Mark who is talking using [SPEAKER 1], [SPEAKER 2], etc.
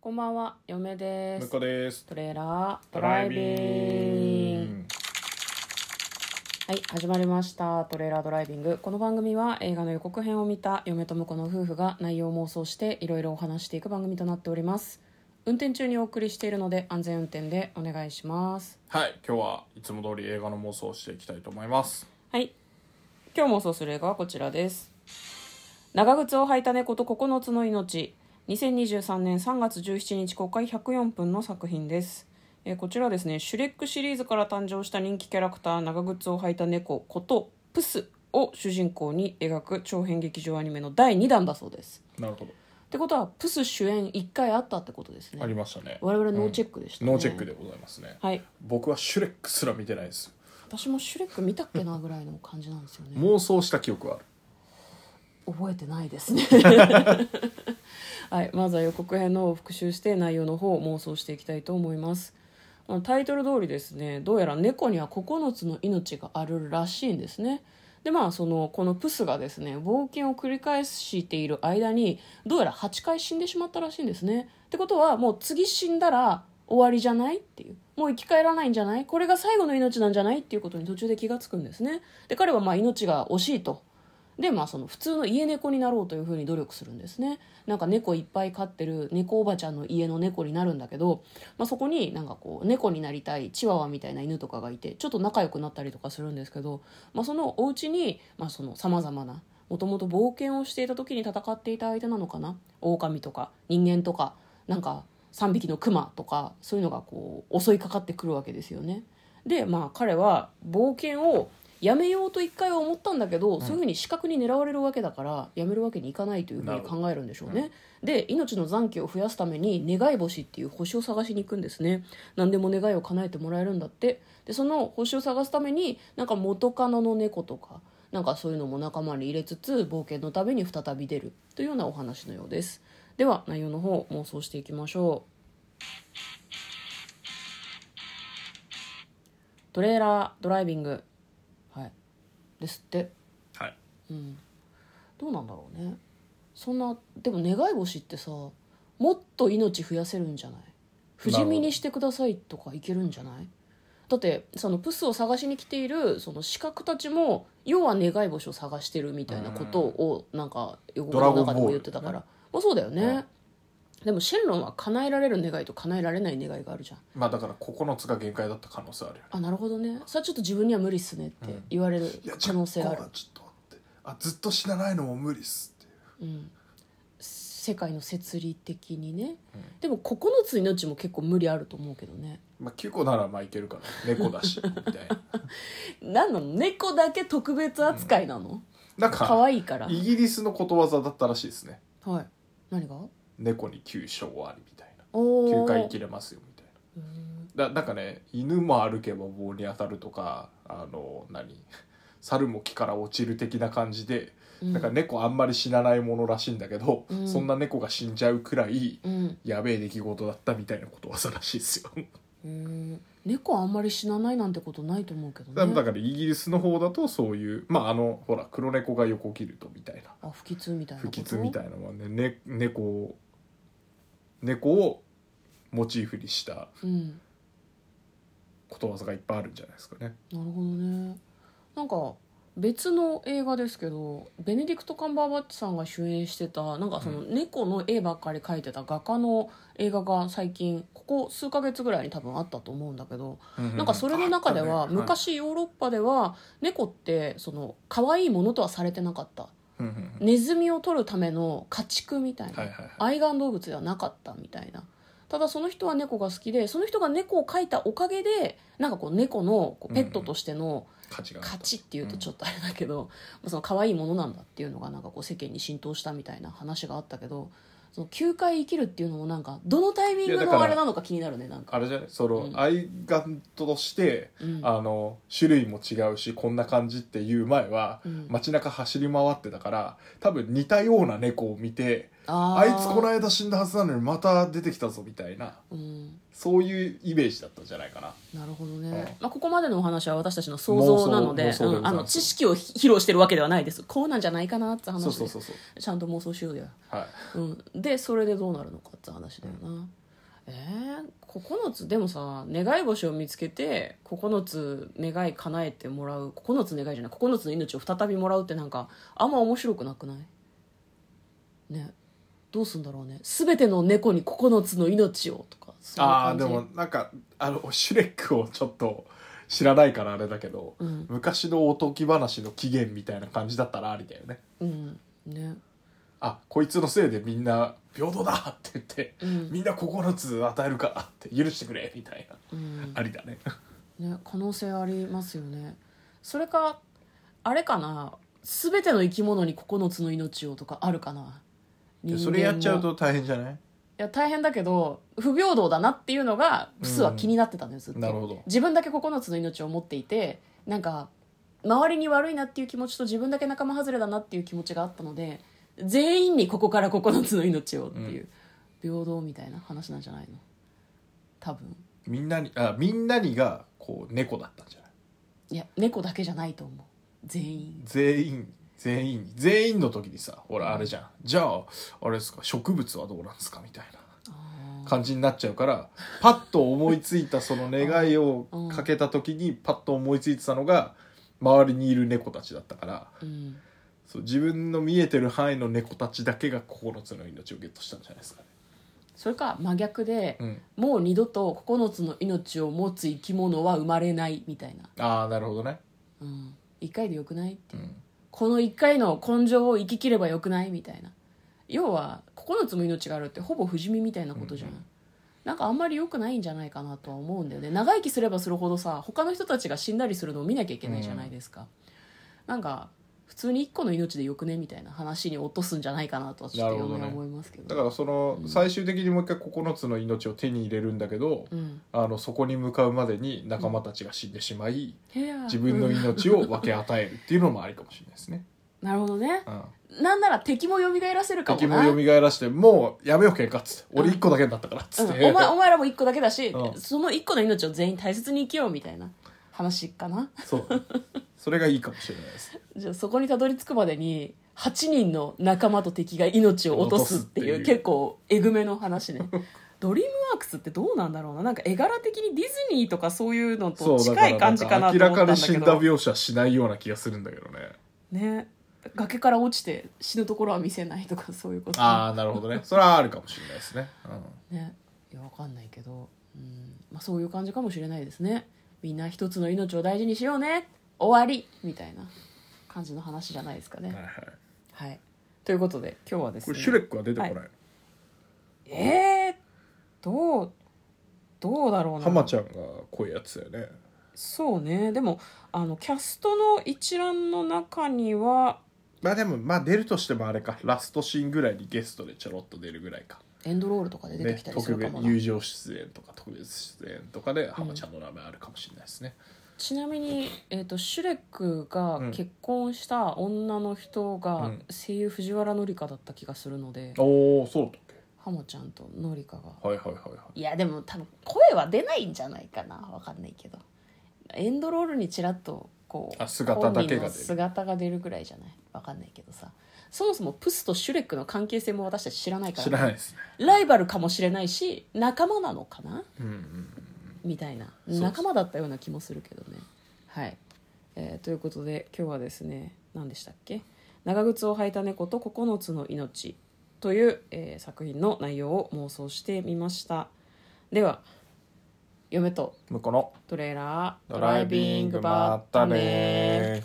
[SPEAKER 1] こんばんは、嫁で
[SPEAKER 2] む
[SPEAKER 1] す
[SPEAKER 2] こ。です
[SPEAKER 1] トレーラードライビング。はい、始まりました。トレーラードライビング。この番組は映画の予告編を見た嫁と婿の夫婦が内容を妄想していろいろお話していく番組となっております。運転中にお送りしているので安全運転でお願いします。
[SPEAKER 2] はい今日はいつも通り映画の妄想をしていきたいと思います
[SPEAKER 1] はい。今日妄想する映画はこちらです。長靴を履いた猫と9つの命。2023年3月17日公開104分の作品です。えーこちらはですね、シュレックシリーズから誕生した人気キャラクター、長靴を履いた猫ことプスを主人公に描く長編劇場アニメの第2弾だそうです。
[SPEAKER 2] なるほど、
[SPEAKER 1] ってことは、プス主演1回あったってことです
[SPEAKER 2] あり
[SPEAKER 1] ね。
[SPEAKER 2] ましたね
[SPEAKER 1] 我々ノーチェックでしたね。
[SPEAKER 2] ノーチェックでございますね、
[SPEAKER 1] はい。
[SPEAKER 2] 僕はシュレックすら見てないです
[SPEAKER 1] 私もシュレック見たっけなぐらいの感じなんですよね。
[SPEAKER 2] 妄想した記憶はある
[SPEAKER 1] 覚えてないですねはいまずは予告編の方を復習して内容の方を妄想していきたいと思いますまあタイトル通りですねどうやら猫には9つの命があるらしいんですねでまあそのこのプスがですね冒険を繰り返している間にどうやら8回死んでしまったらしいんですねってことはもう次死んだら終わりじゃないっていうもう生き返らないんじゃないこれが最後の命なんじゃないっていうことに途中で気がつくんですねで彼はまあ命が惜しいとでまあその普通の家猫になろうというふうに努力するんですねなんか猫いっぱい飼ってる猫おばちゃんの家の猫になるんだけど、まあ、そこになんかこう猫になりたいチワワみたいな犬とかがいてちょっと仲良くなったりとかするんですけど、まあ、そのお家にさまざまなもともと冒険をしていた時に戦っていた間なのかな狼とか人間とかなんか3匹の熊とかそういうのがこう襲いかかってくるわけですよね。でまあ彼は冒険をやめようと一回は思ったんだけど、そういうふうに視覚に狙われるわけだからやめるわけにいかないというふうに考えるんでしょうね。で命の残機を増やすために願い星っていう星を探しに行くんですね何でも願いを叶えてもらえるんだってでその星を探すためになんか元カノの猫とかなんかそういうのも仲間に入れつつ冒険のために再び出るというようなお話のようですでは内容の方妄想していきましょうトレーラードライビングはいですって
[SPEAKER 2] はい
[SPEAKER 1] どうなんだろうねそんなでも願い星ってさもっと命増やせるんじゃない不死身にしてくださいとかいけるんじゃないだってそのプスを探しに来ているその資格たちも要は願い星を探してるみたいなことをなんか予告の中でも言ってたから、ま
[SPEAKER 2] ドラゴンボールとか
[SPEAKER 1] あ、そうだよね、
[SPEAKER 2] うん
[SPEAKER 1] でもシェンロンは叶えられる願いと叶えられない願いがあるじゃん
[SPEAKER 2] まあだから9つが限界だった可能性あるよね
[SPEAKER 1] あなるほどねそれはちょっと自分には無理っすねって言われる
[SPEAKER 2] いやじゃ
[SPEAKER 1] 可能性がある
[SPEAKER 2] ここは、ちょっと待ってあずっと死なないのも無理っすっていう
[SPEAKER 1] 世界の摂理的にね、でも9つ命も結構無理あると思うけどね
[SPEAKER 2] まあ9個ならまあいけるかな猫だしみたい な
[SPEAKER 1] なんなの猫だけ特別扱いなの、
[SPEAKER 2] なんか
[SPEAKER 1] 可愛いから
[SPEAKER 2] イギリスのことわざだったらしいですね
[SPEAKER 1] はい何が
[SPEAKER 2] 猫に9勝ありみたいな
[SPEAKER 1] おー
[SPEAKER 2] 9回生きれますよみたいなだなんかね犬も歩けば棒に当たるとかあの何猿も木から落ちる的な感じで、
[SPEAKER 1] うん
[SPEAKER 2] なんか猫あんまり死なないものらしいんだけど、
[SPEAKER 1] うん
[SPEAKER 2] そんな猫が死んじゃうくらい
[SPEAKER 1] うん
[SPEAKER 2] やべえ出来事だったみたいなことわざらしいですよ、
[SPEAKER 1] へー猫あんまり死なないなんてことないと思うけど
[SPEAKER 2] だ
[SPEAKER 1] ね
[SPEAKER 2] だからイギリスの方だとそういうまああのほら黒猫が横切るとみたいな
[SPEAKER 1] あ不吉みたいなこ
[SPEAKER 2] 不
[SPEAKER 1] と
[SPEAKER 2] 吉みたいなもんねね猫を猫をモチーフにした
[SPEAKER 1] うん
[SPEAKER 2] ことわざがいっぱいあるんじゃないですかね
[SPEAKER 1] なるほどねなんか別の映画ですけどベネディクト・カンバーバッチさんが主演してたなんかその猫の絵ばっかり描いてた画家の映画が最近ここ数ヶ月ぐらいに多分あったと思うんだけどなんかそれの中では昔ヨーロッパでは猫ってその可愛いものとはされてなかった
[SPEAKER 2] うんうんうん
[SPEAKER 1] ネズミを取るための家畜みたい
[SPEAKER 2] はいはい
[SPEAKER 1] な愛玩動物ではなかったみたいなただその人は猫が好きでその人が猫を描いたおかげでなんかこう猫のこうペットとしての
[SPEAKER 2] 価値があった
[SPEAKER 1] 価値っていうとちょっとあれだけど、まあその可愛いものなんだっていうのがなんかこう世間に浸透したみたいな話があったけどその9回生きるっていうのもなんかどのタイミン
[SPEAKER 2] い
[SPEAKER 1] グ
[SPEAKER 2] やだか
[SPEAKER 1] の
[SPEAKER 2] ら
[SPEAKER 1] あれなのか気になるねなんか。
[SPEAKER 2] あれじゃないその、
[SPEAKER 1] うん
[SPEAKER 2] 愛玩として、
[SPEAKER 1] うん
[SPEAKER 2] あの種類も違うしこんな感じっていう前は、
[SPEAKER 1] うん
[SPEAKER 2] 街中走り回ってたから多分似たような猫を見て
[SPEAKER 1] あー
[SPEAKER 2] あいつこの間死んだはずなのにまた出てきたぞみたいな
[SPEAKER 1] うん、
[SPEAKER 2] そういうイメージだったんじゃないかな
[SPEAKER 1] なるほどね、
[SPEAKER 2] うん
[SPEAKER 1] まあ、ここまでのお話は私たちの想像なので
[SPEAKER 2] 妄想妄想でござい
[SPEAKER 1] うん、
[SPEAKER 2] ま
[SPEAKER 1] あ
[SPEAKER 2] す
[SPEAKER 1] の知識を披露してるわけではないですこうなんじゃないかなって話で
[SPEAKER 2] そうそうそうそう
[SPEAKER 1] ちゃんと妄想しようよ、
[SPEAKER 2] はい
[SPEAKER 1] うん、でそれでどうなるのかって話だよな、えー、9つでもさ願い星を見つけて9つ願い叶えてもらう9つ願いじゃない9つの命を再びもらうってなんかあんま面白くなくないねどうすんだろうね全ての猫に9つの命をとかそんな
[SPEAKER 2] ああ
[SPEAKER 1] 感じ
[SPEAKER 2] でもなんかあのシュレックをちょっと知らないからあれだけど、
[SPEAKER 1] うん
[SPEAKER 2] 昔のおとぎ話の起源みたいな感じだったらありだよね
[SPEAKER 1] うんね
[SPEAKER 2] あこいつのせいでみんな平等だって言って、
[SPEAKER 1] うん
[SPEAKER 2] みんな9つ与えるからって許してくれみたいな、
[SPEAKER 1] うん
[SPEAKER 2] ありだね
[SPEAKER 1] ね可能性ありますよねそれかあれかな全ての生き物に9つの命をとかあるかな人間も
[SPEAKER 2] 大変じゃない
[SPEAKER 1] いや大変だけど不平等だなっていうのがプスは気になってたのよずっと
[SPEAKER 2] なるほど
[SPEAKER 1] 自分だけ9つの命を持っていてなんか周りに悪いなっていう気持ちと自分だけ仲間外れだなっていう気持ちがあったので全員にここから9つの命をっていう、平等みたいな話なんじゃないの多分
[SPEAKER 2] みんなにあみんなにがこう猫だったんじゃない
[SPEAKER 1] いや猫だけじゃないと思う全員
[SPEAKER 2] 全員全員に全員の時にさほらあれじゃん、じゃああれですか植物はどうなんですかみたいな
[SPEAKER 1] あ
[SPEAKER 2] 感じになっちゃうからパッと思いついたその願いを
[SPEAKER 1] うん
[SPEAKER 2] かけた時にパッと思いついてたのが周りにいる猫たちだったから
[SPEAKER 1] ーうん
[SPEAKER 2] そう自分の見えてる範囲の猫たちだけが9つの命をゲットしたんじゃないですかね。
[SPEAKER 1] それか真逆で、
[SPEAKER 2] うん、
[SPEAKER 1] もう二度と9つの命を持つ生き物は生まれないみたいな、
[SPEAKER 2] ああなるほどね。
[SPEAKER 1] うん、1回でよくないって
[SPEAKER 2] う
[SPEAKER 1] いうんこの1回の根性を生ききればよくないみたいな要は9つも命があるってほぼ不死身みたいなことじゃん、
[SPEAKER 2] うん
[SPEAKER 1] なんかあんまり良くないんじゃないかなとは思うんだよね長生きすればするほどさ他の人たちが死んだりするのを見なきゃいけないじゃないですか、なんか普通に1個の命でよくねみたいな話に落とすんじゃないかなとはちょっと嫁は
[SPEAKER 2] なるほ
[SPEAKER 1] 思いますけど
[SPEAKER 2] だからその最終的にもう一回9つの命を手に入れるんだけど、
[SPEAKER 1] うん、
[SPEAKER 2] あのそこに向かうまでに仲間たちが死んでしまい
[SPEAKER 1] いや
[SPEAKER 2] 自分の
[SPEAKER 1] うん
[SPEAKER 2] 命を分け与えるっていうのもありかもしれないですね。
[SPEAKER 1] なるほどね
[SPEAKER 2] うん
[SPEAKER 1] なんなら敵も蘇らせるかもな
[SPEAKER 2] 敵も蘇らして「もうやめよう喧嘩」っつって「俺1個だけになったから」っつって、
[SPEAKER 1] うんお前お前らも一個だけだし、
[SPEAKER 2] うん
[SPEAKER 1] その一個の命を全員大切に生きようみたいな話かな
[SPEAKER 2] そうそれがいいかもしれないです
[SPEAKER 1] じゃあそこにたどり着くまでに8人の仲間と敵が命を落とすっていう
[SPEAKER 2] 落とすっていう
[SPEAKER 1] 結構えぐめの話ね ドリームワークスってどうなんだろうななんか絵柄的にディズニーとかそういうのと
[SPEAKER 2] そうだ
[SPEAKER 1] 近い感じかなと思った
[SPEAKER 2] 明ら
[SPEAKER 1] ん
[SPEAKER 2] か
[SPEAKER 1] だ
[SPEAKER 2] に死
[SPEAKER 1] け
[SPEAKER 2] んだ
[SPEAKER 1] ど
[SPEAKER 2] 描写はしないような気がするんだけどね
[SPEAKER 1] ね崖から落ちて死ぬところは見せないとかそういうこと
[SPEAKER 2] ああなるほどね それはあるかもしれないですね、
[SPEAKER 1] ねいやわかんないけど、うんまあ、そういう感じかもしれないですねみんな一つの命を大事にしようね終わりみたいな感じの話じゃないですか
[SPEAKER 2] うん
[SPEAKER 1] ね
[SPEAKER 2] はいはい、
[SPEAKER 1] はいということで今日はです
[SPEAKER 2] こ
[SPEAKER 1] ね
[SPEAKER 2] れシュレックは出てこない、
[SPEAKER 1] はえー、どうどうだろうな
[SPEAKER 2] ハマちゃんがこういうやつだよね
[SPEAKER 1] そうねでもあのキャストの一覧の中には
[SPEAKER 2] まあでもまあ出るとしてもあれかラストシーンぐらいにゲストでちょろっと出るぐらいか、
[SPEAKER 1] エンドロールとかで出て
[SPEAKER 2] ね
[SPEAKER 1] きた、りする
[SPEAKER 2] 特
[SPEAKER 1] か
[SPEAKER 2] 別
[SPEAKER 1] もな、
[SPEAKER 2] 友情出演とか特別出演とかでハマちゃんの名前あるかもしれないですね、
[SPEAKER 1] ちなみに、えー、とシュレックが
[SPEAKER 2] うん
[SPEAKER 1] 結婚した女の人
[SPEAKER 2] う
[SPEAKER 1] が
[SPEAKER 2] ん
[SPEAKER 1] 声優藤原紀香だった気がするので、
[SPEAKER 2] おおそうだっ
[SPEAKER 1] ハモちゃんとノリカが
[SPEAKER 2] けはいはいはいはい
[SPEAKER 1] いやでも多分声は出ないんじゃないかなわかんないけどエンドロールにちらっとこう
[SPEAKER 2] あ姿だけが出る
[SPEAKER 1] 本人の姿が出るぐらいじゃないわかんないけどさそもそもプスとシュレックの関係性も私たち知らないか
[SPEAKER 2] 知
[SPEAKER 1] ら
[SPEAKER 2] らないですね
[SPEAKER 1] ライバルかもしれないし仲間なのかな
[SPEAKER 2] うんうん
[SPEAKER 1] みたいな
[SPEAKER 2] そうそう
[SPEAKER 1] 仲間だったような気もするけどねはい、えーということで今日はですね何でしたっけ「長靴を履いた猫と9つの命」という、えー作品の内容を妄想してみましたでは嫁と
[SPEAKER 2] 向こうの
[SPEAKER 1] トレーラード
[SPEAKER 2] ドライビングまったね